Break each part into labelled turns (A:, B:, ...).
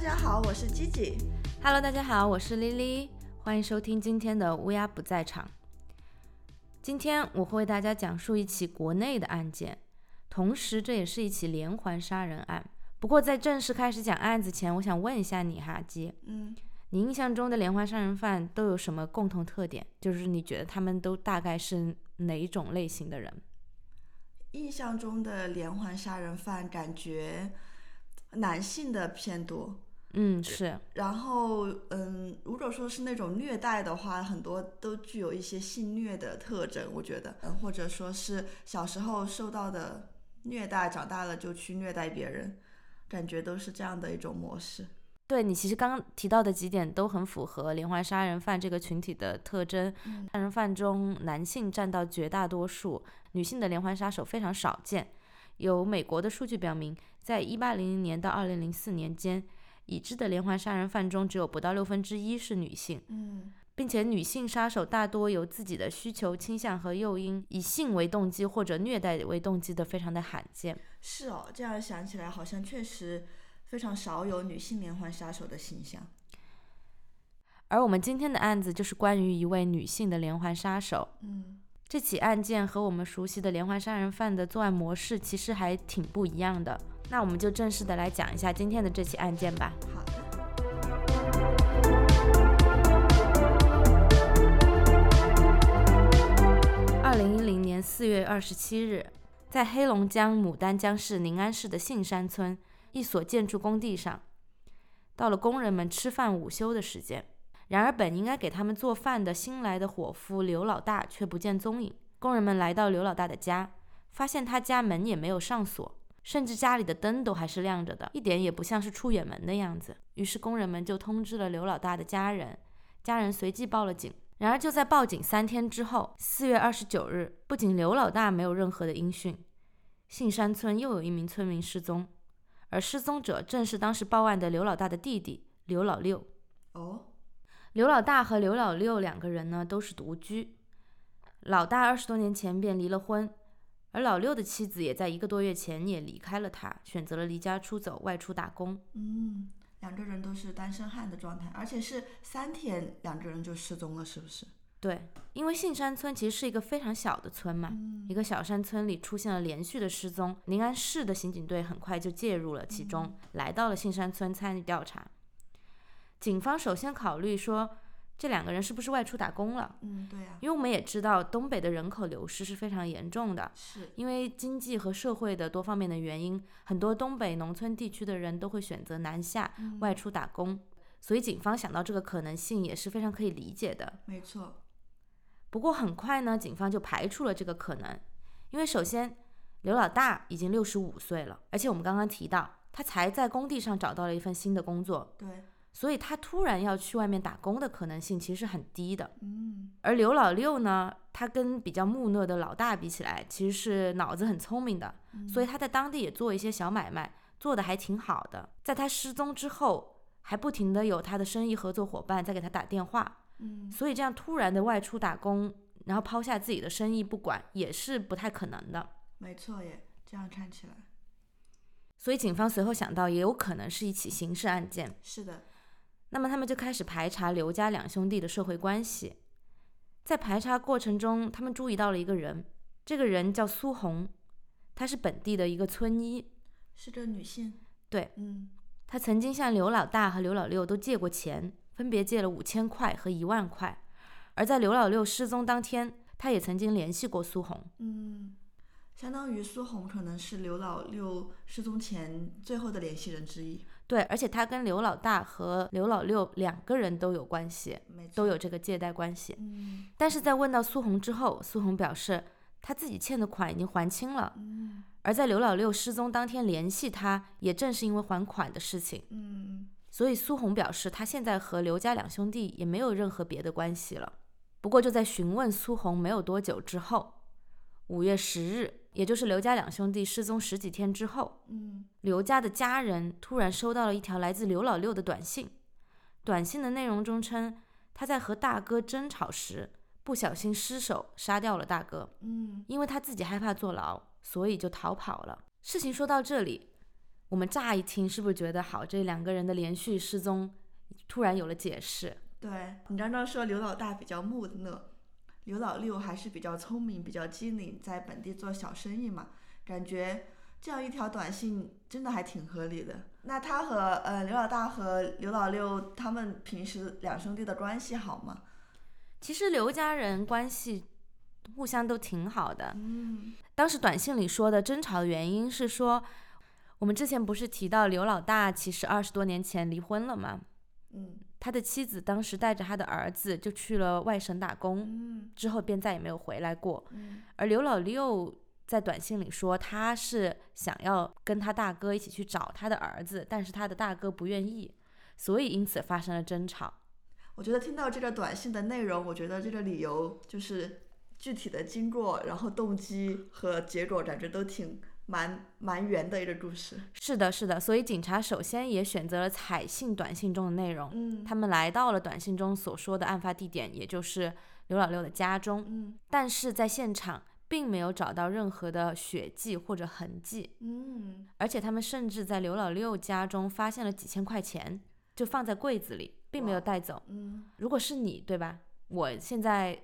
A: 家好，我是吉吉。
B: Hello，大家好，我是 Lily，欢迎收听今天的乌鸦不在场。今天我会为大家讲述一起国内的案件，同时这也是一起连环杀人案。不过在正式开始讲案子前，我想问一下你哈基，
A: 嗯，
B: 你印象中的连环杀人犯都有什么共同特点？就是你觉得他们都大概是哪一种类型的人？
A: 印象中的连环杀人犯感觉男性的偏多，
B: 嗯，是，
A: 然后嗯，如果说是那种虐待的话，很多都具有一些性虐的特征，我觉得，嗯，或者说是小时候受到的虐待，长大了就去虐待别人，感觉都是这样的一种模式。
B: 对你其实刚刚提到的几点都很符合连环杀人犯这个群体的特征。杀人犯中，男性占到绝大多数，女性的连环杀手非常少见。有美国的数据表明，在一八零零年到二零零四年间，已知的连环杀人犯中只有不到六分之一是女性，
A: 嗯
B: 并且女性杀手大多有自己的需求、倾向和诱因，以性为动机或者虐待为动机的非常的罕见。
A: 是哦，这样想起来好像确实非常少有女性连环杀手的形象。
B: 而我们今天的案子就是关于一位女性的连环杀手。
A: 嗯
B: 这起案件和我们熟悉的连环杀人犯的作案模式其实还挺不一样的。那我们就正式的来讲一下今天的这起案件吧。，
A: 好的。
B: 二零一零年四月二十七日，在黑龙江牡丹江市宁安市的杏山村一所建筑工地上，到了工人们吃饭午休的时间。然而，本应该给他们做饭的新来的伙夫刘老大却不见踪影。工人们来到刘老大的家，发现他家门也没有上锁，甚至家里的灯都还是亮着的，一点也不像是出远门的样子。于是，工人们就通知了刘老大的家人，家人随即报了警。然而，就在报警三天之后，四月二十九日，不仅刘老大没有任何的音讯，杏山村又有一名村民失踪，而失踪者正是当时报案的刘老大的弟弟刘老六。
A: 哦，
B: 刘老大和刘老六两个人呢都是独居，老大二十多年前便离了婚，而老六的妻子也在一个多月前也离开了他，选择了离家出走，外出打工。
A: 嗯，两个人都是单身汉的状态，而且是三天两个人就失踪了，是不是？
B: 对，因为杏山村其实是一个非常小的村嘛，
A: 嗯
B: 一个小山村里出现了连续的失踪，宁安市的刑警队很快就介入了其中，来到了杏山村参与调查。警方首先考虑说，这两个人是不是外出打工了？
A: 嗯，对呀、
B: 因为我们也知道东北的人口流失是非常严重的，
A: 是，
B: 因为经济和社会的多方面的原因，很多东北农村地区的人都会选择南下
A: 嗯
B: 外出打工，所以警方想到这个可能性也是非常可以理解的。
A: 没错。
B: 不过很快呢，警方就排除了这个可能，因为首先刘老大已经六十五岁了，而且我们刚刚提到他才在工地上找到了一份新的工作，
A: 对，
B: 所以他突然要去外面打工的可能性其实是很低的。
A: 嗯，
B: 而刘老六呢，他跟比较木讷的老大比起来，其实是脑子很聪明的，所以他在当地也做一些小买卖，做的还挺好的。在他失踪之后，还不停的有他的生意合作伙伴在给他打电话，
A: 嗯，
B: 所以这样突然的外出打工，然后抛下自己的生意不管，也是不太可能的。
A: 没错耶。这样看起来
B: 所以警方随后想到，也有可能是一起刑事案件，
A: 是的，
B: 那么他们就开始排查刘家两兄弟的社会关系。在排查过程中，他们注意到了一个人，这个人叫苏红，她是本地的一个村医，
A: 是个女性。
B: 对，
A: 嗯，
B: 她曾经向刘老大和刘老六都借过钱，分别借了五千块和一万块。而在刘老六失踪当天，她也曾经联系过苏红。
A: 嗯，相当于苏红可能是刘老六失踪前最后的联系人之一。
B: 对，而且她跟刘老大和刘老六两个人都有关系，
A: 没错，
B: 都。有这个借贷关系。
A: 嗯
B: 但是在问到苏红之后，苏红表示她自己欠的款已经还清了。
A: 嗯
B: 而在刘老六失踪当天联系他，也正是因为还款的事情，
A: 嗯，
B: 所以苏红表示他现在和刘家两兄弟也没有任何别的关系了。不过就在询问苏红没有多久之后，五月十日，也就是刘家两兄弟失踪十几天之后，
A: 嗯
B: 刘家的家人突然收到了一条来自刘老六的短信，短信的内容中称他在和大哥争吵时不小心失手杀掉了大哥。
A: 嗯
B: 因为他自己害怕坐牢，所以就逃跑了。事情说到这里，我们乍一听是不是觉得好？这两个人的连续失踪突然有了解释，
A: 对你刚刚说刘老大比较木讷，刘老六还是比较聪明、比较机灵，在本地做小生意嘛，感觉这样一条短信真的还挺合理的。那他和呃刘老大和刘老六他们平时两兄弟的关系好吗？
B: 其实刘家人关系互相都挺好的。
A: 嗯，
B: 当时短信里说的争吵原因是说，我们之前不是提到刘老大其实二十多年前离婚了吗？
A: 嗯
B: 他的妻子当时带着他的儿子就去了外省打工，
A: 嗯
B: 之后便再也没有回来过。
A: 嗯
B: 而刘老六在短信里说，他是想要跟他大哥一起去找他的儿子，但是他的大哥不愿意，所以因此发生了争吵。
A: 我觉得听到这个短信的内容，我觉得这个理由就是具体的经过，然后动机和结果，感觉都挺蛮蛮圆的一个故事。
B: 是的，是的，所以警察首先也选择了采信短信中的内容，
A: 嗯
B: 他们来到了短信中所说的案发地点，也就是刘老六的家中，
A: 嗯
B: 但是在现场并没有找到任何的血迹或者痕迹，
A: 嗯
B: 而且他们甚至在刘老六家中发现了几千块钱，就放在柜子里，并没有
A: 哇
B: 带走。
A: 嗯，
B: 如果是你，对吧？我现在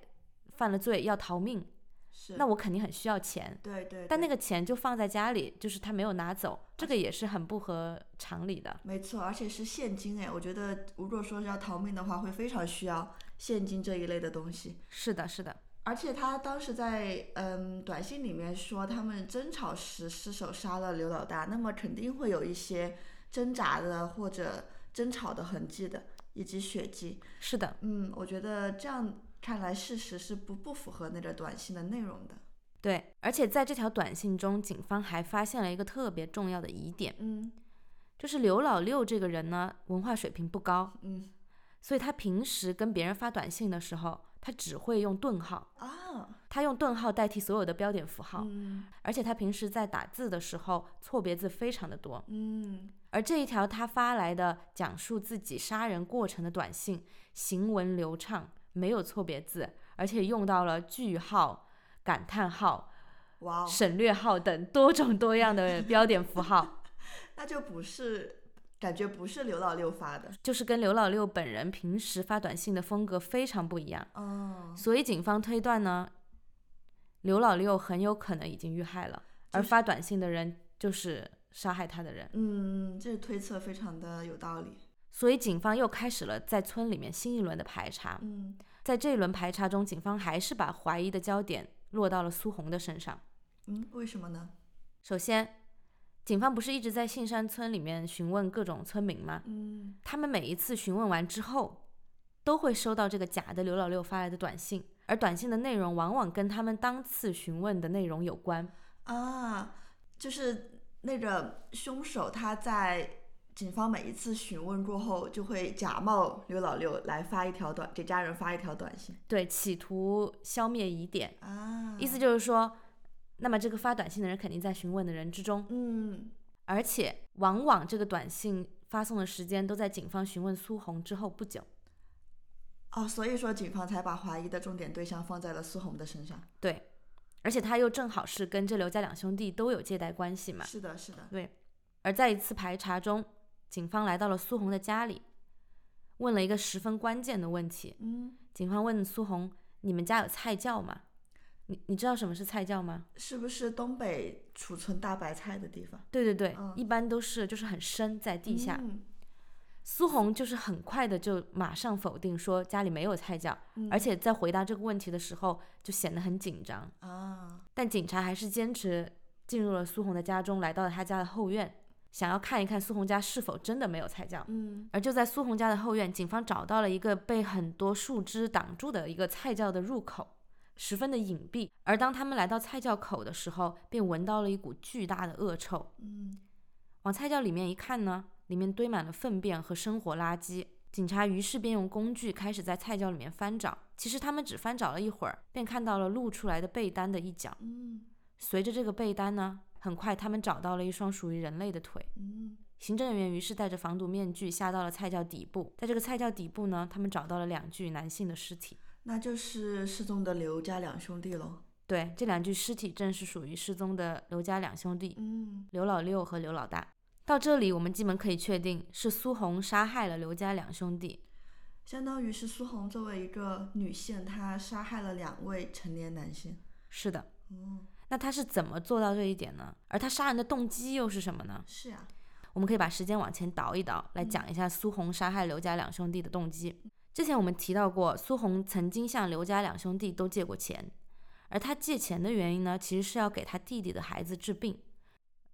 B: 犯了罪要逃命，
A: 是。
B: 那我肯定很需要钱，
A: 对对，
B: 但那
A: 对
B: 个钱就放在家里，就是他没有拿走，这个也是很不合常理的。
A: 没错，而且是现金哎，我觉得如果说是要逃命的话，会非常需要现金这一类的东西。
B: 是的，是的，
A: 而且他当时在嗯短信里面说，他们争吵时失手杀了刘老大，那么肯定会有一些挣扎的或者争吵的痕迹的，以及血迹。
B: 是的，
A: 嗯，我觉得这样看来，事实是不不符合那个短信的内容的。
B: 对。而且在这条短信中，警方还发现了一个特别重要的疑点，
A: 嗯
B: 就是刘老六这个人呢，文化水平不高，
A: 嗯
B: 所以他平时跟别人发短信的时候，他只会用顿号，
A: 啊
B: 他用顿号代替所有的标点符号，
A: 嗯
B: 而且他平时在打字的时候错别字非常的多。
A: 嗯
B: 而这一条他发来的讲述自己杀人过程的短信，行文流畅，没有错别字，而且用到了句号、感叹号、
A: 哇哦，
B: 省略号等多种多样的标点符号，
A: 那就不是感觉不是刘老六发的。
B: 就是跟刘老六本人平时发短信的风格非常不一样。
A: 哦，
B: 所以警方推断呢，刘老六很有可能已经遇害了，而
A: 就是
B: 发短信的人就是杀害他的人。
A: 嗯，这推测非常的有道理。
B: 所以警方又开始了在村里面新一轮的排查。
A: 嗯
B: 在这一轮排查中，警方还是把怀疑的焦点落到了苏红的身上。
A: 嗯，为什么呢？
B: 首先，警方不是一直在杏山村里面询问各种村民吗？
A: 嗯
B: 他们每一次询问完之后，都会收到这个假的刘老六发来的短信，而短信的内容往往跟他们当次询问的内容有关。
A: 啊，就是那个凶手他在警方每一次询问过后，就会假冒刘老六来发一条短给家人发一条短信
B: 对，企图消灭疑点，
A: 啊，
B: 意思就是说，那么这个发短信的人肯定在询问的人之中，
A: 嗯
B: 而且往往这个短信发送的时间都在警方询问苏红之后不久。
A: 哦，所以说警方才把怀疑的重点对象放在了苏红的身上。
B: 对，而且他又正好是跟这刘家两兄弟都有借贷关系嘛。
A: 是的，是的，
B: 而在一次排查中，警方来到了苏红的家里，问了一个十分关键的问题。
A: 嗯，
B: 警方问苏红：“你们家有菜窖吗？你你知道什么是菜窖吗
A: 是不是东北储存大白菜的地方？？”
B: 对对对，
A: 嗯
B: 一般都是就是很深在地下。
A: 嗯
B: 苏红就是很快的就马上否定说家里没有菜窖，
A: 嗯
B: 而且在回答这个问题的时候就显得很紧张。
A: 啊，
B: 但警察还是坚持进入了苏红的家中，来到了他家的后院，想要看一看苏红家是否真的没有菜窖。
A: 嗯
B: 而就在苏红家的后院，警方找到了一个被很多树枝挡住的一个菜窖的入口，十分的隐蔽。而当他们来到菜窖口的时候，便闻到了一股巨大的恶臭。
A: 嗯
B: 往菜窖里面一看呢，里面堆满了粪便和生活垃圾。警察于是便用工具开始在菜窖里面翻找。其实他们只翻找了一会儿，便看到了露出来的被单的一角。
A: 嗯
B: 随着这个被单呢，很快他们找到了一双属于人类的腿。
A: 嗯
B: 行政人员于是戴着防毒面具下到了菜窖底部，在这个菜窖底部呢，他们找到了两具男性的尸体。
A: 那就是失踪的刘家两兄弟喽。
B: 对，这两具尸体正是属于失踪的刘家两兄弟，
A: 嗯
B: 刘老六和刘老大。到这里，我们基本可以确定是苏红杀害了刘家两兄弟。
A: 相当于是苏红作为一个女性，她杀害了两位成年男性。
B: 是的，
A: 哦，
B: 那他是怎么做到这一点呢？而他杀人的动机又是什么呢？
A: 是啊，
B: 我们可以把时间往前倒一倒，来讲一下苏红杀害刘家两兄弟的动机。之前我们提到过，苏红曾经向刘家两兄弟都借过钱，而他借钱的原因呢，其实是要给他弟弟的孩子治病。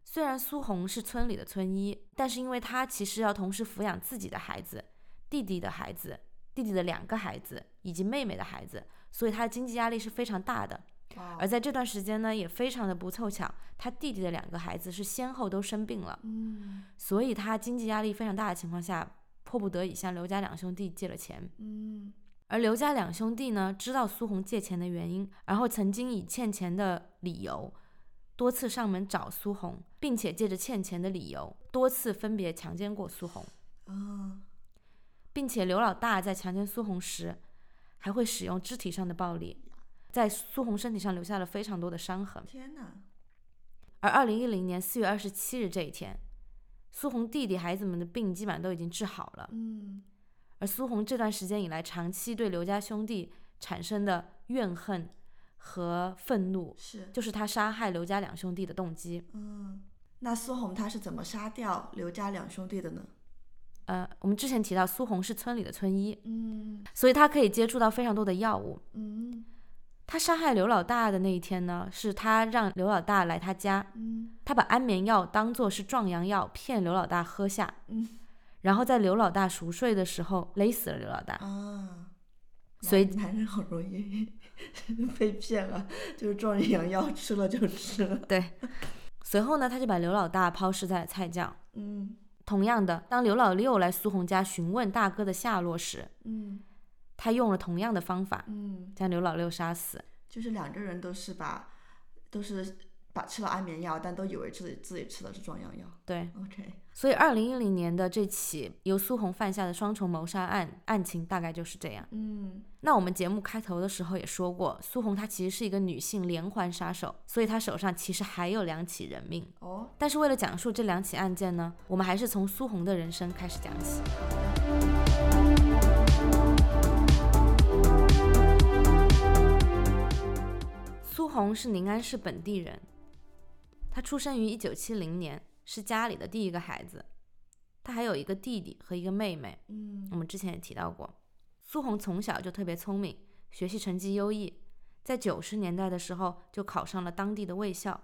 B: 虽然苏红是村里的村医，但是因为他其实要同时抚养自己的孩子、弟弟的孩子、弟弟的两个孩子以及妹妹的孩子，所以他的经济压力是非常大的。
A: 哇哦
B: 而在这段时间呢，也非常的不凑巧，他弟弟的两个孩子是先后都生病了。
A: 嗯
B: 所以他经济压力非常大的情况下，迫不得已向刘家两兄弟借了钱。
A: 嗯，
B: 而刘家两兄弟呢，知道苏红借钱的原因，然后曾经以欠钱的理由多次上门找苏红，并且借着欠钱的理由多次分别强奸过苏红，
A: 啊，
B: 并且刘老大在强奸苏红时，还会使用肢体上的暴力，在苏红身体上留下了非常多的伤痕。
A: 天哪，
B: 而二零一零年四月二十七日这一天，苏红弟弟孩子们的病基本上都已经治好了。
A: 嗯
B: 而苏红这段时间以来，长期对刘家兄弟产生的怨恨和愤怒，
A: 是，
B: 就是他杀害刘家两兄弟的动机。
A: 嗯，那苏红她是怎么杀掉刘家两兄弟的呢？
B: 呃，我们之前提到苏红是村里的村医，
A: 嗯
B: 所以他可以接触到非常多的药物。
A: 嗯
B: 他杀害刘老大的那一天呢，是他让刘老大来他家，
A: 嗯
B: 他把安眠药当做是壮阳药，骗刘老大喝下，
A: 嗯
B: 然后在刘老大熟睡的时候勒死了刘老大。
A: 啊，
B: 所以
A: 男男人好容易 被骗啊，就是壮阳药吃了就吃了。
B: 随后呢，他就把刘老大抛尸在了菜窖。
A: 嗯
B: 同样的，当刘老六来苏红家询问大哥的下落时，
A: 嗯
B: 他用了同样的方法
A: 嗯。
B: 将刘老六杀死。
A: 就是两个人都是把，都是把吃了安眠药，但都以为自己自己吃的是壮阳药。
B: 对，
A: OK，
B: 所以二零一零年的这起由苏红犯下的双重谋杀案案情大概就是这样。
A: 嗯
B: 那我们节目开头的时候也说过，苏红她其实是一个女性连环杀手，所以她手上其实还有两起人命。
A: 哦，
B: 但是为了讲述这两起案件呢，我们还是从苏红的人生开始讲起。苏红是宁安市本地人，她出生于一九七零年，是家里的第一个孩子。她还有一个弟弟和一个妹妹，
A: 嗯
B: 我们之前也提到过。苏红从小就特别聪明，学习成绩优异，在九十年代的时候就考上了当地的卫校。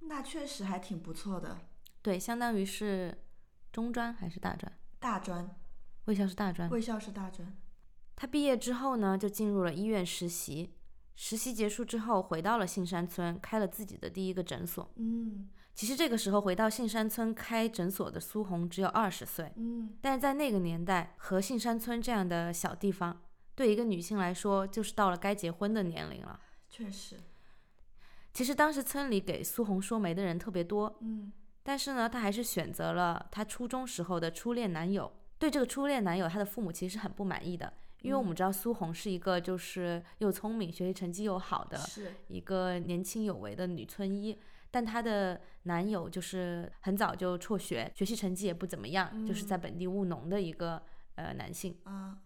A: 那确实还挺不错的。
B: 对，相当于是中专还是大专？
A: 大专，
B: 卫校是大专。
A: 卫校是大专，
B: 他毕业之后呢，就进入了医院实习。实习结束之后，回到了杏山村，开了自己的第一个诊所。
A: 嗯
B: 其实这个时候回到杏山村开诊所的苏红只有二十岁，
A: 嗯，
B: 但是在那个年代，和杏山村这样的小地方，对一个女性来说，就是到了该结婚的年龄了。
A: 确实，
B: 其实当时村里给苏红说媒的人特别多，
A: 嗯
B: 但是呢，她还是选择了她初中时候的初恋男友。对这个初恋男友，她的父母其实是很不满意的，因为我
A: 嗯
B: 们知道苏红是一个就是又聪明、学习成绩又好的
A: 是，
B: 一个年轻有为的女村医，但她的男友就是很早就辍学，学习成绩也不怎么样，就是
A: 嗯
B: 在本地务农的一个呃男性。
A: 啊，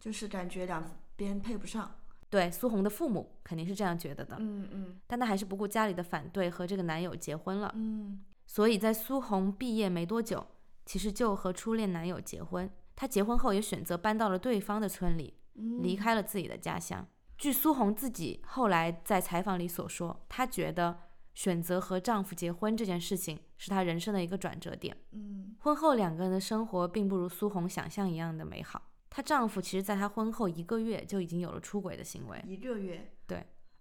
A: 就是感觉两边配不上。
B: 对苏红的父母肯定是这样觉得的，
A: 嗯嗯
B: 但她还是不顾家里的反对和这个男友结婚了。
A: 嗯
B: 所以在苏红毕业没多久，其实就和初恋男友结婚。她结婚后也选择搬到了对方的村里，
A: 嗯，
B: 离开了自己的家乡。据苏红自己后来在采访里所说，她觉得选择和丈夫结婚这件事情是她人生的一个转折点。
A: 嗯
B: 婚后两个人的生活并不如苏红想象一样的美好。她丈夫其实在她婚后一个月就已经有了出轨的行为，
A: 一个月，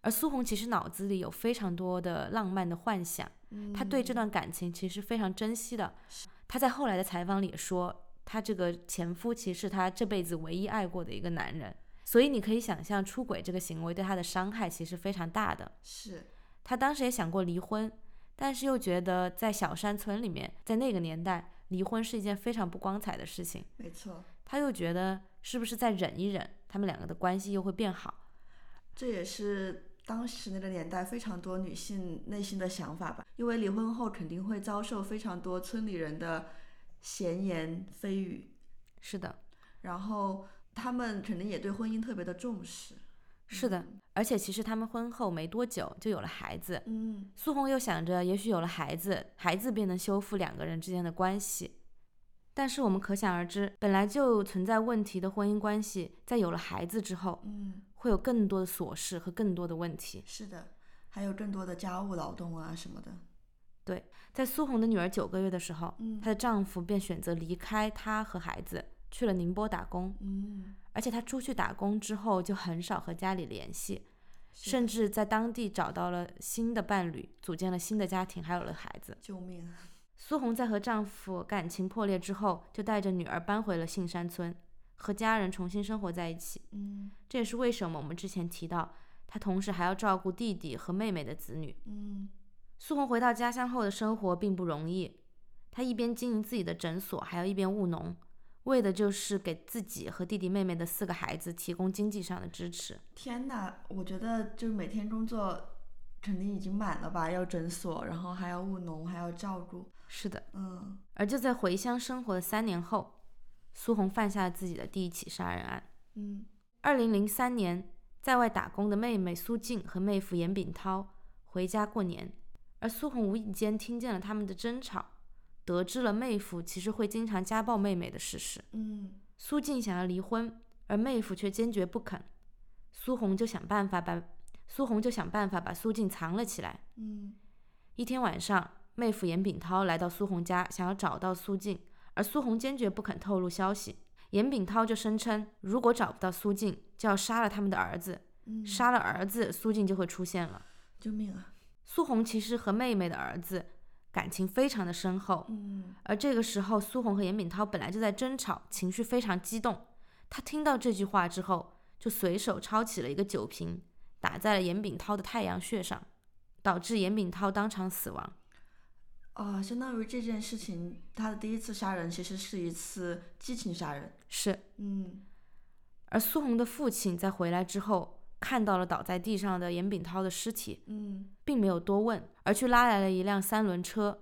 B: 而苏红其实脑子里有非常多的浪漫的幻想。
A: 嗯，
B: 她对这段感情其实非常珍惜的。她在后来的采访里也说，她这个前夫其实是她这辈子唯一爱过的一个男人，所以你可以想象出轨这个行为对她的伤害其实非常大的。
A: 是
B: 她当时也想过离婚，但是又觉得在小山村里面，在那个年代，离婚是一件非常不光彩的事情。
A: 没错，
B: 她又觉得是不是再忍一忍，他们两个的关系又会变好。
A: 这也是当时那个年代非常多女性内心的想法吧，因为离婚后肯定会遭受非常多村里人的闲言蜚语，
B: 是的，
A: 然后他们肯定也对婚姻特别的重视。
B: 是的。而且其实他们婚后没多久就有了孩子，
A: 嗯，
B: 苏红又想着，也许有了孩子，孩子便能修复两个人之间的关系。但是我们可想而知，本来就存在问题的婚姻关系，在有了孩子之后，
A: 嗯，
B: 会有更多的琐事和更多的问题。
A: 是的，还有更多的家务劳动啊什么的。
B: 在苏红的女儿九个月的时候，
A: 嗯
B: 她的丈夫便选择离开她和孩子，去了宁波打工。
A: 嗯，
B: 而且她出去打工之后，就很少和家里联系，
A: 是
B: 甚
A: 的
B: 至在当地找到了新的伴侣，组建了新的家庭，还有了孩子。
A: 救命啊！
B: 苏红在和丈夫感情破裂之后，就带着女儿搬回了杏山村，和家人重新生活在一起。
A: 嗯
B: 这也是为什么我们之前提到，她同时还要照顾弟弟和妹妹的子女。
A: 嗯
B: 苏红回到家乡后的生活并不容易，她一边经营自己的诊所，还要一边务农，为的就是给自己和弟弟妹妹的四个孩子提供经济上的支持。
A: 天哪，我觉得就是每天工作肯定已经满了吧，要诊所，然后还要务农，还要照顾，
B: 是的，
A: 嗯，
B: 而就在回乡生活的三年后，苏红犯下了自己的第一起杀人案。
A: 嗯
B: 二零零三年，在外打工的妹妹苏静和妹夫严炳涛回家过年，而苏红无意间听见了他们的争吵，得知了妹夫其实会经常家暴妹妹的事实。
A: 嗯
B: 苏静想要离婚，而妹夫却坚决不肯。苏红就想办法把苏红就想办法把苏静藏了起来。
A: 嗯
B: 一天晚上，妹夫严炳涛来到苏红家，想要找到苏静，而苏红坚决不肯透露消息。严炳涛就声称，如果找不到苏静，就要杀了他们的儿子，
A: 嗯，
B: 杀了儿子，苏静就会出现了。
A: 救命啊！
B: 苏红其实和妹妹的儿子感情非常的深厚，
A: 嗯
B: 而这个时候，苏红和严炳涛本来就在争吵，情绪非常激动。他听到这句话之后，就随手抄起了一个酒瓶，打在了严炳涛的太阳穴上，导致严炳涛当场死亡。
A: 啊，相当于这件事情，他的第一次杀人其实是一次激情杀人。
B: 是，
A: 嗯
B: 而苏红的父亲在回来之后，看到了倒在地上的严炳涛的尸体，
A: 嗯
B: 并没有多问，而去拉来了一辆三轮车，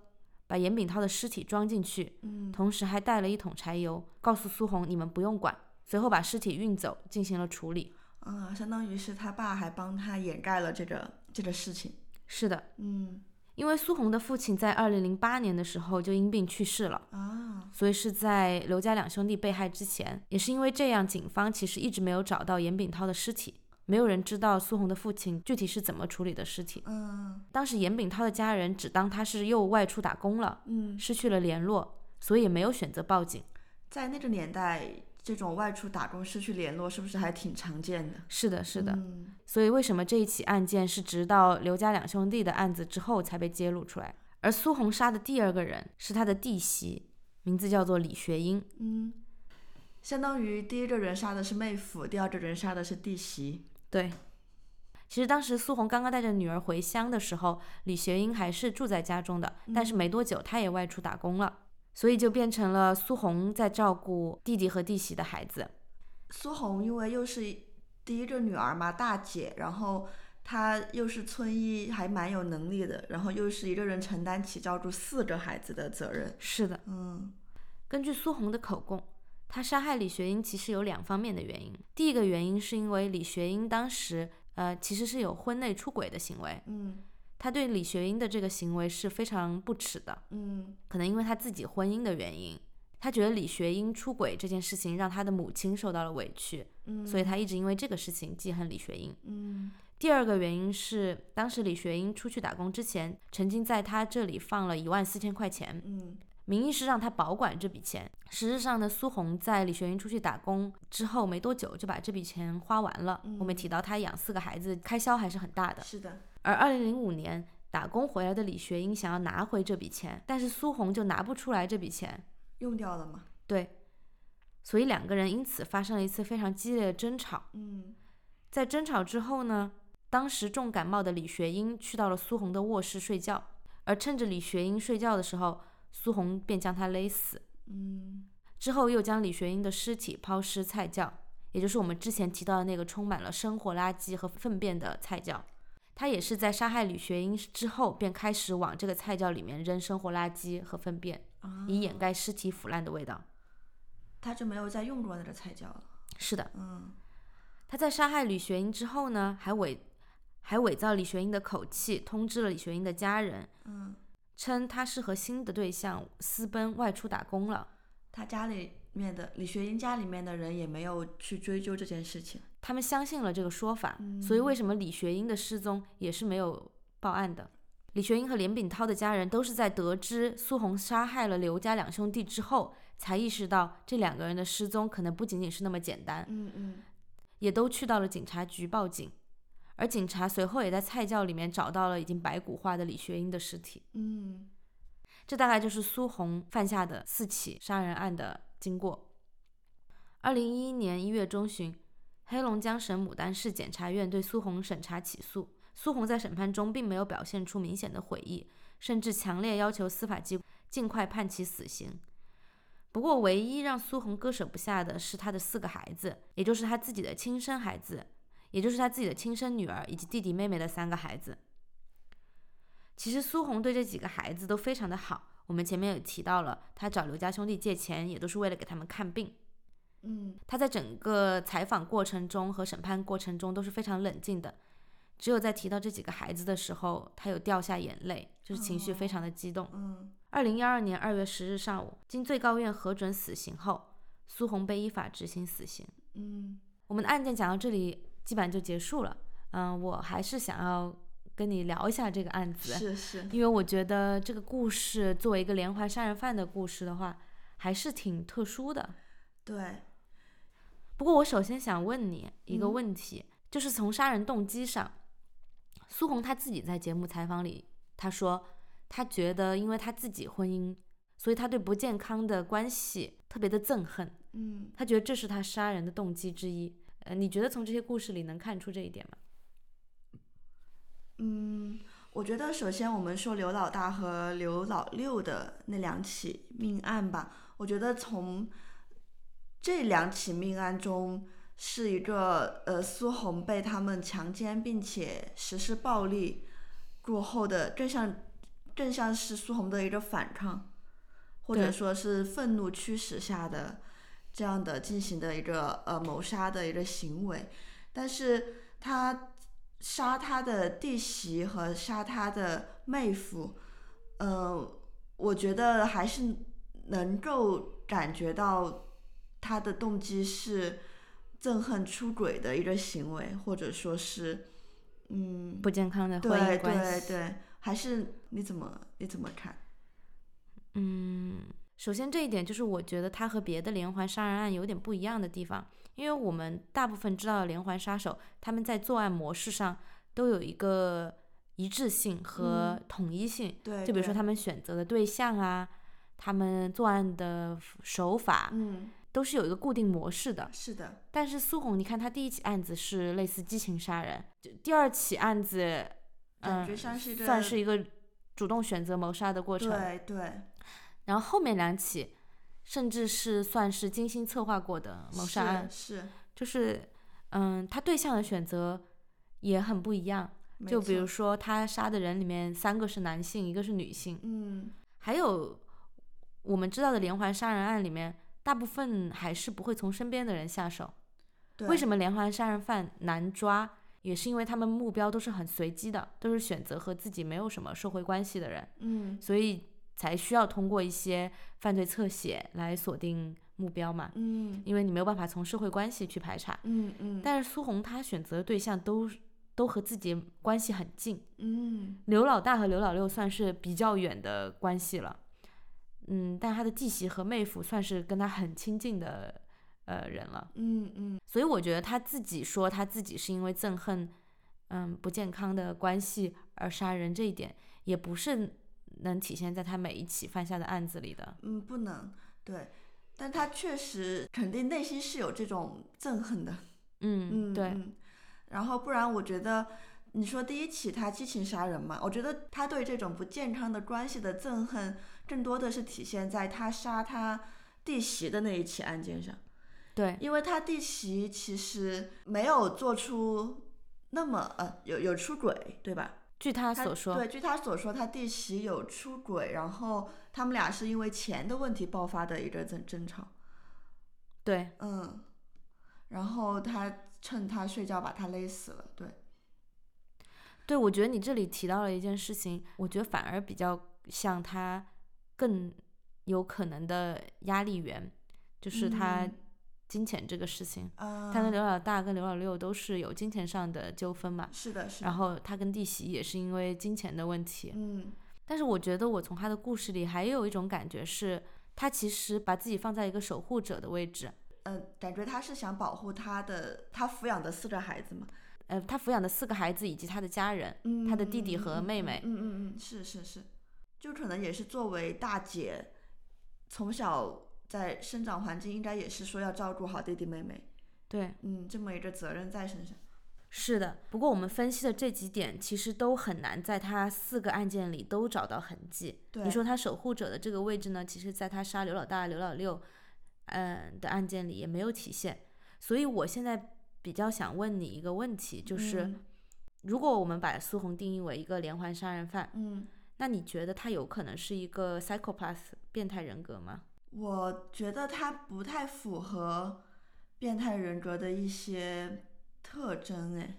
B: 把严炳涛的尸体装进去，
A: 嗯，
B: 同时还带了一桶柴油，告诉苏红你们不用管。随后把尸体运走，进行了处理。
A: 啊，相当于是他爸还帮他掩盖了这个这个事情。
B: 是的，
A: 嗯
B: 因为苏红的父亲在二零零八年的时候就因病去世了，
A: 啊，
B: 所以是在刘家两兄弟被害之前，也是因为这样，警方其实一直没有找到严炳涛的尸体，没有人知道苏红的父亲具体是怎么处理的尸体。
A: 嗯
B: 当时严炳涛的家人只当他是又外出打工了，
A: 嗯，
B: 失去了联络，所以也没有选择报警。
A: 在那个年代，这种外出打工失去联络是不是还挺常见的？
B: 是的，是的。
A: 嗯
B: 所以为什么这一起案件是直到刘家两兄弟的案子之后才被揭露出来？而苏红杀的第二个人是他的弟媳，名字叫做李学英。
A: 嗯，相当于第一个人杀的是妹夫，第二个人杀的是弟媳。
B: 对，其实当时苏红刚刚带着女儿回乡的时候，李学英还是住在家中的，但是没多久她也外出打工了，所以就变成了苏红在照顾弟弟和弟媳的孩子。
A: 苏红因为又是第一个女儿嘛，大姐，然后她又是村医，还蛮有能力的，然后又是一个人承担起照顾四个孩子的责任。
B: 是的，
A: 嗯
B: 根据苏红的口供，她杀害李学英其实有两方面的原因。第一个原因是因为李学英当时呃其实是有婚内出轨的行为，
A: 嗯
B: 她对李学英的这个行为是非常不耻的。
A: 嗯
B: 可能因为他自己婚姻的原因，他觉得李学英出轨这件事情让他的母亲受到了委屈，
A: 嗯，
B: 所以他一直因为这个事情记恨李学英。
A: 嗯
B: 第二个原因是，当时李学英出去打工之前，曾经在他这里放了一万四千块钱，
A: 嗯
B: 名义是让他保管这笔钱，实质上呢，苏红在李学英出去打工之后没多久就把这笔钱花完了。我
A: 嗯
B: 们提到他养四个孩子开销还是很大的，
A: 是的，
B: 而二零零五年打工回来的李学英想要拿回这笔钱，但是苏红就拿不出来这笔钱，
A: 用掉了嘛。
B: 对，所以两个人因此发生了一次非常激烈的争吵。
A: 嗯
B: 在争吵之后呢，当时重感冒的李学英去到了苏红的卧室睡觉，而趁着李学英睡觉的时候，苏红便将他勒死，
A: 嗯
B: 之后又将李学英的尸体抛尸菜窖，也就是我们之前提到的那个充满了生活垃圾和粪便的菜窖。他也是在杀害吕学英之后，便开始往这个菜窖里面扔生活垃圾和粪便，
A: 啊
B: 以掩盖尸体腐烂的味道。
A: 他就没有再用过那个菜窖了。
B: 是的，
A: 嗯，
B: 他在杀害李学英之后呢，还伪还伪造李学英的口气，通知了李学英的家人，
A: 嗯，
B: 称他是和新的对象私奔外出打工了。
A: 他家里面的李学英家里面的人也没有去追究这件事情。
B: 他们相信了这个说法，所以为什么李学英的失踪也是没有报案的？李学英和连炳涛的家人都是在得知苏红杀害了刘家两兄弟之后，才意识到这两个人的失踪可能不仅仅是那么简单，
A: 嗯嗯，
B: 也都去到了警察局报警。而警察随后也在菜窖里面找到了已经白骨化的李学英的尸体。
A: 嗯，
B: 这大概就是苏红犯下的四起杀人案的经过。二零一一年一月中旬，黑龙江省牡丹市检察院对苏红审查起诉。苏红在审判中并没有表现出明显的悔意，甚至强烈要求司法机关尽快判其死刑。不过，唯一让苏红割舍不下的是她的四个孩子，也就是她自己的亲生孩子，也就是她自己的亲生女儿以及弟弟妹妹的三个孩子。其实苏红对这几个孩子都非常的好。我们前面有提到了，她找刘家兄弟借钱也都是为了给他们看病。
A: 嗯，
B: 她在整个采访过程中和审判过程中都是非常冷静的，只有在提到这几个孩子的时候，她有掉下眼泪，就是情绪非常的激动。
A: 嗯，
B: 二零一二年二月十日上午，经最高院核准死刑后，苏红被依法执行死刑。
A: 嗯，
B: 我们的案件讲到这里，基本上就结束了。嗯，我还是想要跟你聊一下这个案子。
A: 是是，
B: 因为我觉得这个故事作为一个连环杀人犯的故事的话，还是挺特殊的。
A: 对，
B: 不过，我首先想问你一个
A: 嗯
B: 问题，就是从杀人动机上，苏红她自己在节目采访里，她说她觉得，因为她自己婚姻，所以她对不健康的关系特别的憎恨，
A: 嗯，
B: 她觉得这是她杀人的动机之一。呃，你觉得从这些故事里能看出这一点吗？
A: 嗯，我觉得首先我们说刘老大和刘老六的那两起命案吧，我觉得从这两起命案中是一个呃苏红被他们强奸并且实施暴力过后的，更像更像是苏红的一个反抗，或者
B: 对
A: 说是愤怒驱使下的这样的进行的一个呃谋杀的一个行为，但是他杀他的弟媳和杀他的妹夫，呃，我觉得还是能够感觉到他的动机是憎恨出轨的一个行为，或者说是，嗯，
B: 不健康的婚
A: 对
B: 姻关系，
A: 对对，还是你怎么你怎么看？
B: 嗯，首先这一点就是我觉得它和别的连环杀人案有点不一样的地方，因为我们大部分知道的连环杀手，他们在作案模式上都有一个一致性和
A: 嗯
B: 统一性，
A: 对，
B: 就比如说
A: 对，
B: 他们选择的对象啊，他们作案的手法
A: 嗯，
B: 都是有一个固定模式的。
A: 是的，
B: 但是苏红，你看他第一起案子是类似激情杀人，就第二起案子，
A: 感
B: 嗯
A: 觉，像是一个
B: 算是一个主动选择谋杀的过程。
A: 对对
B: 然后后面两起，甚至是算是精心策划过的谋杀案，
A: 是，是
B: 就是，嗯，他对象的选择也很不一样。
A: 没
B: 就比
A: 错
B: 如说，他杀的人里面三个是男性，一个是女性，
A: 嗯，
B: 还有我们知道的连环杀人案里面，大部分还是不会从身边的人下手。
A: 对，
B: 为什么连环杀人犯难抓？也是因为他们目标都是很随机的，都是选择和自己没有什么社会关系的人。
A: 嗯
B: 所以才需要通过一些犯罪侧写来锁定目标嘛，
A: 嗯
B: 因为你没有办法从社会关系去排查。
A: 嗯嗯，
B: 但是苏红她选择的对象都是都和自己关系很近，
A: 嗯。
B: 刘老大和刘老六算是比较远的关系了，嗯，但她的弟媳和妹夫算是跟她很亲近的呃人了，
A: 嗯嗯
B: 所以我觉得她自己说她自己是因为憎恨嗯不健康的关系而杀人这一点，也不是能体现在她每一起犯下的案子里的。
A: 嗯，不能对，但他确实肯定内心是有这种憎恨的，
B: 嗯，
A: 嗯，
B: 对，
A: 嗯然后不然我觉得。你说第一起他激情杀人嘛？我觉得他对这种不健康的关系的憎恨，更多的是体现在他杀他弟媳的那一起案件上。
B: 对，
A: 因为他弟媳其实没有做出那么呃，有有出轨，对吧？
B: 据他
A: 他
B: 所说，
A: 对，据他所说，他弟媳有出轨，然后他们俩是因为钱的问题爆发的一个争争吵。
B: 对
A: 嗯，然后他趁他睡觉把他勒死了。对，
B: 对，我觉得你这里提到了一件事情，我觉得反而比较像他更有可能的压力源，就是他
A: 嗯
B: 金钱这个事情。
A: 啊、
B: 他跟刘老大跟刘老六都是有金钱上的纠纷嘛，
A: 是的，是的，
B: 然后他跟弟媳也是因为金钱的问题。
A: 嗯
B: 但是我觉得我从他的故事里还有一种感觉是，他其实把自己放在一个守护者的位置。
A: 呃，感觉他是想保护他的他抚养的四个孩子嘛，
B: 呃，他抚养的四个孩子以及他的家人，
A: 嗯，
B: 他的弟弟和
A: 嗯
B: 妹妹
A: 嗯嗯嗯嗯，是是是，就可能也是作为大姐，从小在生长环境应该也是说要照顾好弟弟妹妹，
B: 对，
A: 嗯，这么一个责任在身上。
B: 是的，不过我们分析的这几点其实都很难在他四个案件里都找到痕迹。
A: 对
B: 你说他守护者的这个位置呢，其实在他杀刘老大、刘老六，嗯、的案件里也没有体现。所以我现在比较想问你一个问题，就是、
A: 嗯
B: 如果我们把苏红定义为一个连环杀人犯，
A: 嗯，
B: 那你觉得他有可能是一个 psychopath 变态人格吗？
A: 我觉得他不太符合变态人格的一些特征，哎，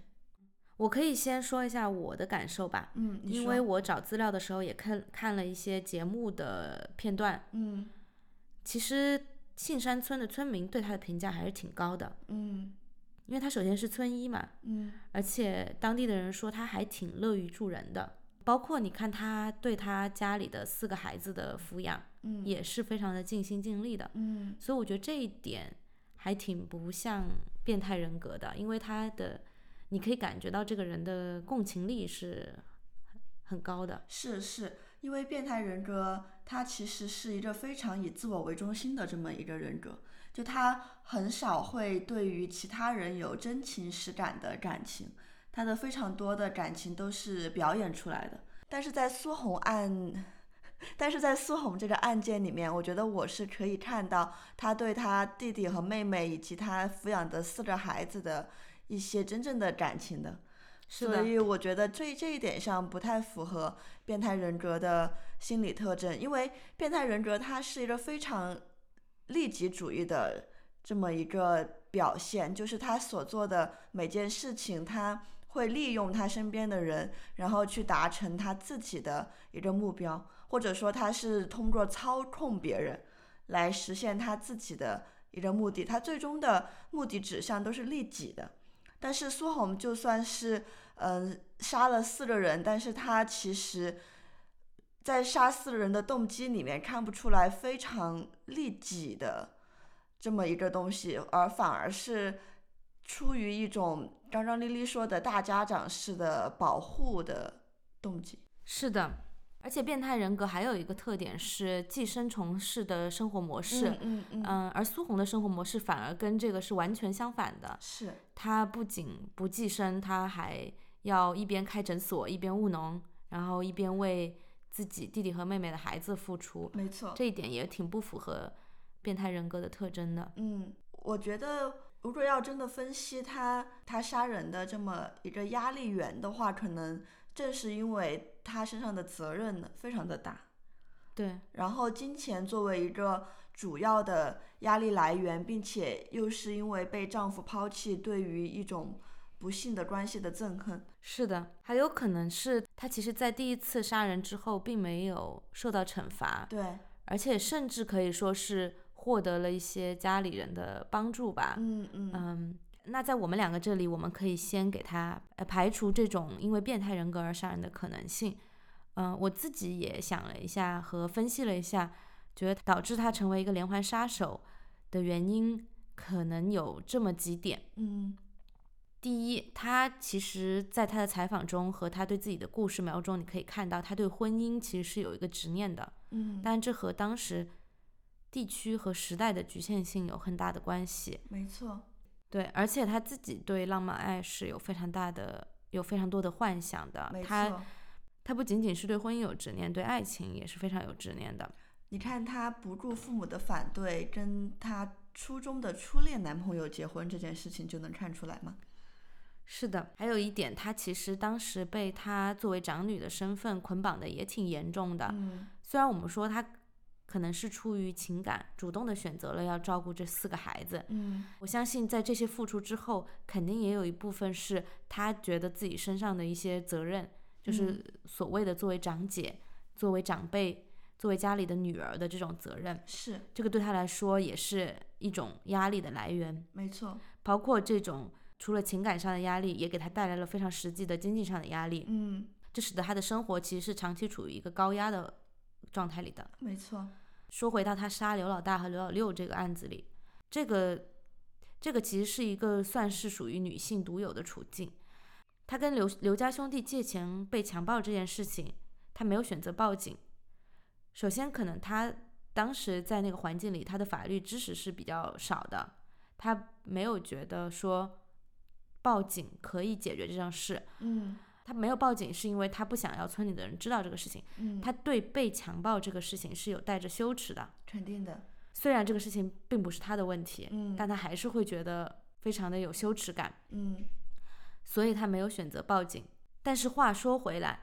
B: 我可以先说一下我的感受吧，
A: 嗯，你
B: 因
A: 说
B: 为我找资料的时候也看看了一些节目的片段，
A: 嗯
B: 其实杏山村的村民对他的评价还是挺高的，
A: 嗯
B: 因为他首先是村医嘛，
A: 嗯
B: 而且当地的人说他还挺乐于助人的，包括你看他对他家里的四个孩子的抚养
A: 嗯，
B: 也是非常的尽心尽力的，
A: 嗯
B: 所以我觉得这一点还挺不像变态人格的，因为他的你可以感觉到这个人的共情力是很高的。
A: 是是，因为变态人格他其实是一个非常以自我为中心的这么一个人格，就他很少会对于其他人有真情实感的感情，他的非常多的感情都是表演出来的。但是在苏红案，但是在苏红这个案件里面，我觉得我是可以看到他对他弟弟和妹妹以及他抚养的四个孩子的一些真正的感情的。
B: 是
A: 所
B: 的，
A: 以我觉得这这一点上不太符合变态人格的心理特征，因为变态人格它是一个非常利己主义的这么一个表现，就是他所做的每件事情，他会利用他身边的人，然后去达成他自己的一个目标，或者说他是通过操控别人来实现他自己的一个目的，他最终的目的指向都是利己的。但是苏红就算是嗯杀了四个人，但是他其实，在杀四个人的动机里面看不出来非常利己的这么一个东西，而反而是出于一种刚刚丽丽说的大家长式的保护的动机。
B: 是的。而且变态人格还有一个特点是寄生虫式的生活模式，嗯、
A: 嗯嗯嗯，
B: 而苏红的生活模式反而跟这个是完全相反的。
A: 是，
B: 他不仅不寄生，他还要一边开诊所，一边务农，然后一边为自己弟弟和妹妹的孩子付出。
A: 没错。
B: 这一点也挺不符合变态人格的特征的。
A: 嗯，我觉得如果要真的分析他他杀人的这么一个压力源的话，可能正是因为他身上的责任呢非常的大，
B: 对，
A: 然后金钱作为一个主要的压力来源，并且又是因为被丈夫抛弃，对于一种不幸的关系的憎恨。
B: 是的，还有可能是他其实，在第一次杀人之后，并没有受到惩罚，
A: 对，
B: 而且甚至可以说是获得了一些家里人的帮助吧。
A: 嗯嗯
B: 嗯，那在我们两个这里，我们可以先给他呃排除这种因为变态人格而杀人的可能性。嗯、我自己也想了一下和分析了一下，觉得导致他成为一个连环杀手的原因可能有这么几点。
A: 嗯
B: 第一，他其实在他的采访中和他对自己的故事描中，你可以看到他对婚姻其实是有一个执念的，
A: 嗯，
B: 但这和当时地区和时代的局限性有很大的关系。
A: 没错。
B: 对，而且他自己对浪漫爱是有非常大的、有非常多的幻想的
A: 没。
B: 他
A: 错，
B: 他不仅仅是对婚姻有执念，对爱情也是非常有执念的。
A: 你看他不顾父母的反对，跟他初中的初恋男朋友结婚这件事情就能看出来吗？
B: 是的，还有一点，她其实当时被她作为长女的身份捆绑的也挺严重的。
A: 嗯，
B: 虽然我们说她可能是出于情感主动的选择了要照顾这四个孩子，
A: 嗯，
B: 我相信在这些付出之后，肯定也有一部分是她觉得自己身上的一些责任，就是所谓的作为长姐、作为长辈、作为家里的女儿的这种责任，
A: 是
B: 这个对她来说也是一种压力的来源，
A: 没错，
B: 包括这种。除了情感上的压力，也给她带来了非常实际的经济上的压力，
A: 嗯，
B: 这使得她的生活其实是长期处于一个高压的状态里的。
A: 没错，
B: 说回到他杀刘老大和刘老六这个案子里，这个这个其实是一个算是属于女性独有的处境。他跟刘刘家兄弟借钱被强暴这件事情，他没有选择报警。首先，可能他当时在那个环境里，他的法律知识是比较少的，他没有觉得说报警可以解决这件事。
A: 嗯
B: 他没有报警是因为他不想要村里的人知道这个事情，
A: 嗯，
B: 他对被强暴这个事情是有带着羞耻的。
A: 肯定的，
B: 虽然这个事情并不是他的问题，
A: 嗯
B: 但他还是会觉得非常的有羞耻感，
A: 嗯
B: 所以他没有选择报警。但是话说回来，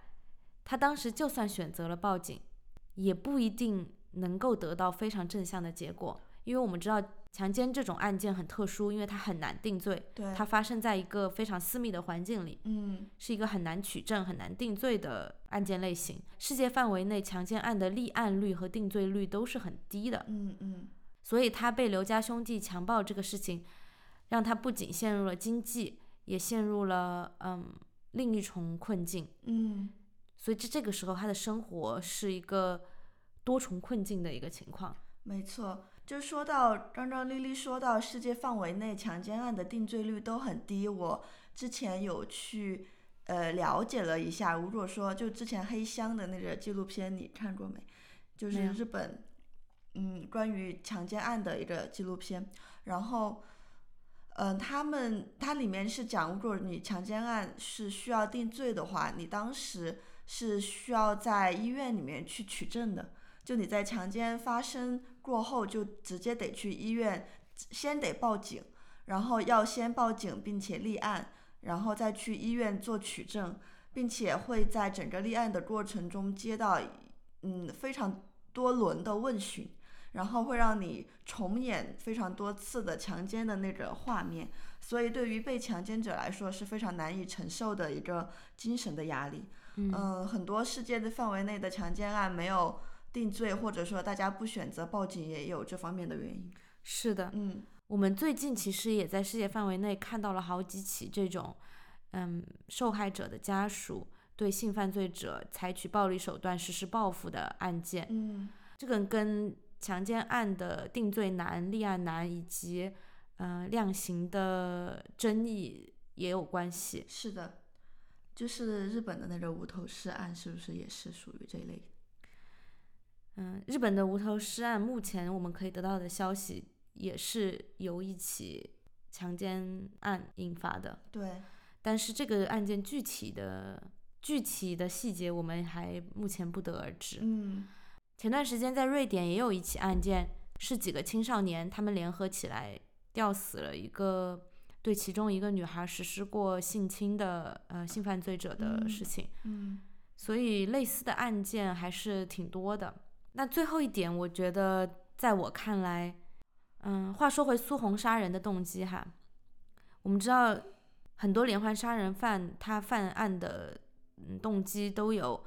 B: 他当时就算选择了报警，也不一定能够得到非常正向的结果，因为我们知道强奸这种案件很特殊，因为它很难定罪，
A: 对，
B: 它发生在一个非常私密的环境里，
A: 嗯
B: 是一个很难取证、很难定罪的案件类型。世界范围内强奸案的立案率和定罪率都是很低的，
A: 嗯嗯，
B: 所以他被刘家兄弟强暴这个事情，让他不仅陷入了经济，也陷入了嗯另一重困境。
A: 嗯
B: 所以这这个时候，他的生活是一个多重困境的一个情况。
A: 没错。就说到张张丽丽说到世界范围内强奸案的定罪率都很低，我之前有去呃了解了一下。如果说就之前黑箱的那个纪录片，你看过没？就
B: 没
A: 是
B: 有
A: 日本嗯关于强奸案的一个纪录片，然后。嗯，他们它里面是讲，如果你强奸案是需要定罪的话，你当时是需要在医院里面去取证的。就你在强奸发生过后，就直接得去医院，先得报警，然后要先报警并且立案，然后再去医院做取证，并且会在整个立案的过程中接到嗯非常多轮的问询。然后会让你重演非常多次的强奸的那个画面，所以对于被强奸者来说是非常难以承受的一个精神的压力。
B: 嗯
A: 呃很多世界的范围内的强奸案没有定罪，或者说大家不选择报警，也有这方面的原因。
B: 是的，
A: 嗯
B: 我们最近其实也在世界范围内看到了好几起这种，嗯，受害者的家属对性犯罪者采取暴力手段实施报复的案件。
A: 嗯
B: 这个跟强奸案的定罪难、立案难以及呃量刑的争议也有关系。
A: 是的，就是日本的那个无头尸案，是不是也是属于这一类？
B: 嗯，日本的无头尸案，目前我们可以得到的消息也是由一起强奸案引发的，
A: 对，
B: 但是这个案件具体的。具体的细节我们还目前不得而知。
A: 嗯
B: 前段时间在瑞典也有一起案件，是几个青少年他们联合起来吊死了一个对其中一个女孩实施过性侵的呃性犯罪者的事情，
A: 嗯
B: 所以类似的案件还是挺多的。那最后一点，我觉得在我看来，嗯，话说回苏红杀人的动机哈，我们知道很多连环杀人犯他犯案的嗯动机都有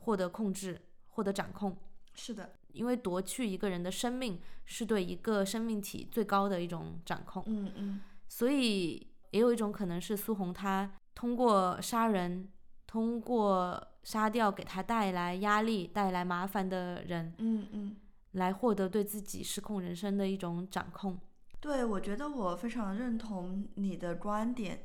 B: 获得控制、获得掌控。
A: 是的，
B: 因为夺去一个人的生命是对一个生命体最高的一种掌控，
A: 嗯嗯
B: 所以也有一种可能是苏红她通过杀人，通过杀掉给她带来压力、带来麻烦的人，
A: 嗯嗯。
B: 来获得对自己失控人生的一种掌控。
A: 对，我觉得我非常认同你的观点，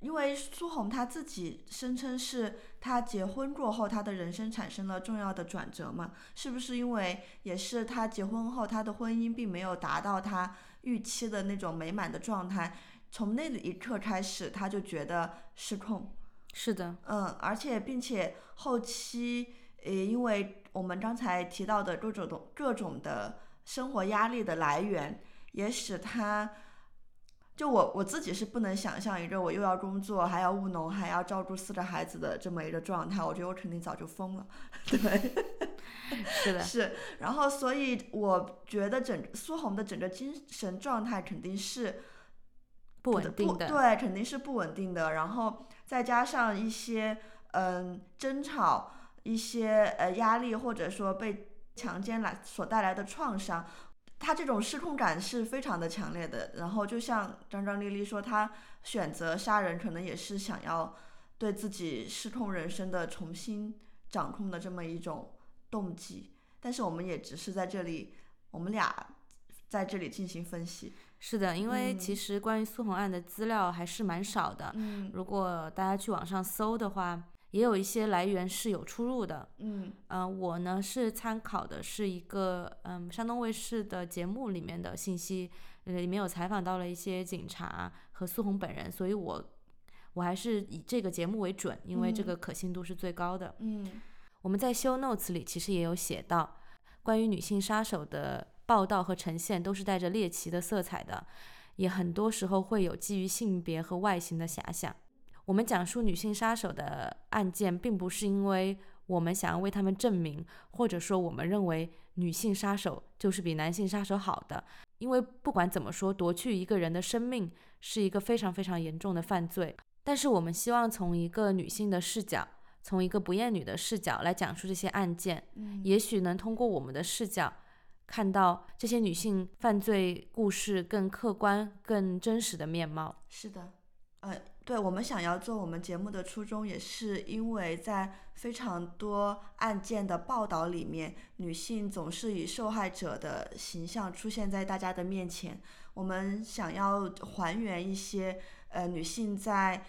A: 因为苏红她自己声称是她结婚过后，她的人生产生了重要的转折嘛，是不是因为也是她结婚后，她的婚姻并没有达到她预期的那种美满的状态，从那一刻开始，她就觉得失控，
B: 是 的，
A: 嗯，而且并且后期，呃，因为我们刚才提到的各种各种的生活压力的来源，也使他就我我自己是不能想象一个我又要工作，还要务农，还要照顾四个孩子的这么一个状态，我觉得我肯定早就疯了。 对，
B: 是的，
A: 是。然后，所以我觉得整苏红的整个精神状态肯定是
B: 不稳定的，
A: 对，肯定是不稳定的。然后再加上一些嗯争吵，一些呃压力，或者说被强奸来所带来的创伤，他这种失控感是非常的强烈的。然后就像张张丽丽说，她选择杀人可能也是想要对自己失控人生的重新掌控的这么一种动机。但是我们也只是在这里，我们俩在这里进行分析。
B: 是的，因为
A: 嗯
B: 其实关于苏红案的资料还是蛮少的。
A: 嗯
B: 如果大家去网上搜的话，也有一些来源是有出入的。
A: 嗯
B: 呃，我呢是参考的是一个嗯山东卫视的节目里面的信息，呃里面有采访到了一些警察和苏红本人，所以我我还是以这个节目为准，因为这
A: 嗯
B: 个可信度是最高的。
A: 嗯
B: 我们在 show notes 里其实也有写到，关于女性杀手的报道和呈现都是带着猎奇的色彩的，也很多时候会有基于性别和外形的遐想。我们讲述女性杀手的案件，并不是因为我们想要为他们证明，或者说我们认为女性杀手就是比男性杀手好的，因为不管怎么说，夺去一个人的生命是一个非常非常严重的犯罪。但是我们希望从一个女性的视角，从一个不厌女的视角来讲述这些案件，
A: 嗯
B: 也许能通过我们的视角看到这些女性犯罪故事更客观、更真实的面貌。
A: 是的，呃，对我们想要做我们节目的初衷，也是因为在非常多案件的报道里面，女性总是以受害者的形象出现在大家的面前。我们想要还原一些呃女性在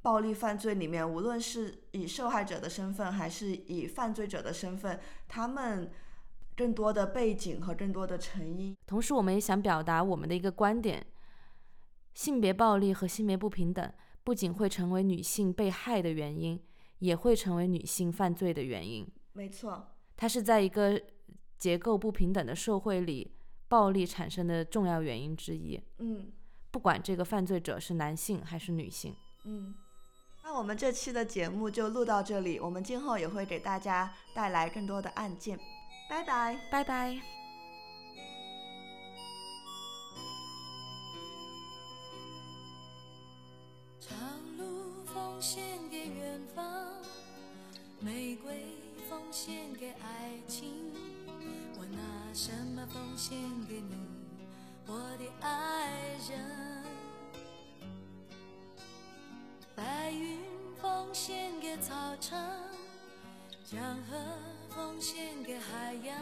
A: 暴力犯罪里面，无论是以受害者的身份，还是以犯罪者的身份，她们更多的背景和更多的成因。
B: 同时，我们也想表达我们的一个观点：性别暴力和性别不平等不仅会成为女性被害的原因，也会成为女性犯罪的原因。
A: 没错，
B: 它是在一个结构不平等的社会里，暴力产生的重要原因之一。
A: 嗯。
B: 不管这个犯罪者是男性还是女性。
A: 嗯，那我们这期的节目就录到这里，我们今后也会给大家带来更多的案件，拜拜。
B: 拜拜。
C: 长路奉献给远方，玫瑰奉献给爱情。我拿什么奉献给你，我的爱人？白云奉献给草场，江河奉献给海洋。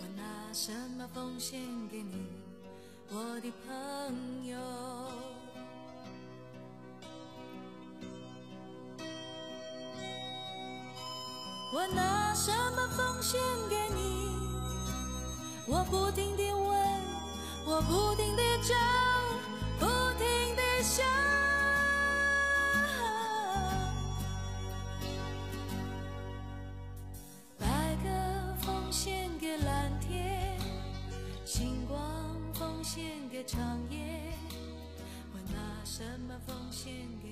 C: 我拿什么奉献给你，我的朋友？我拿什么奉献给你？我不停地问，我不停地找，不停地想。白鸽奉献给蓝天，星光奉献给长夜，我拿什么奉献给？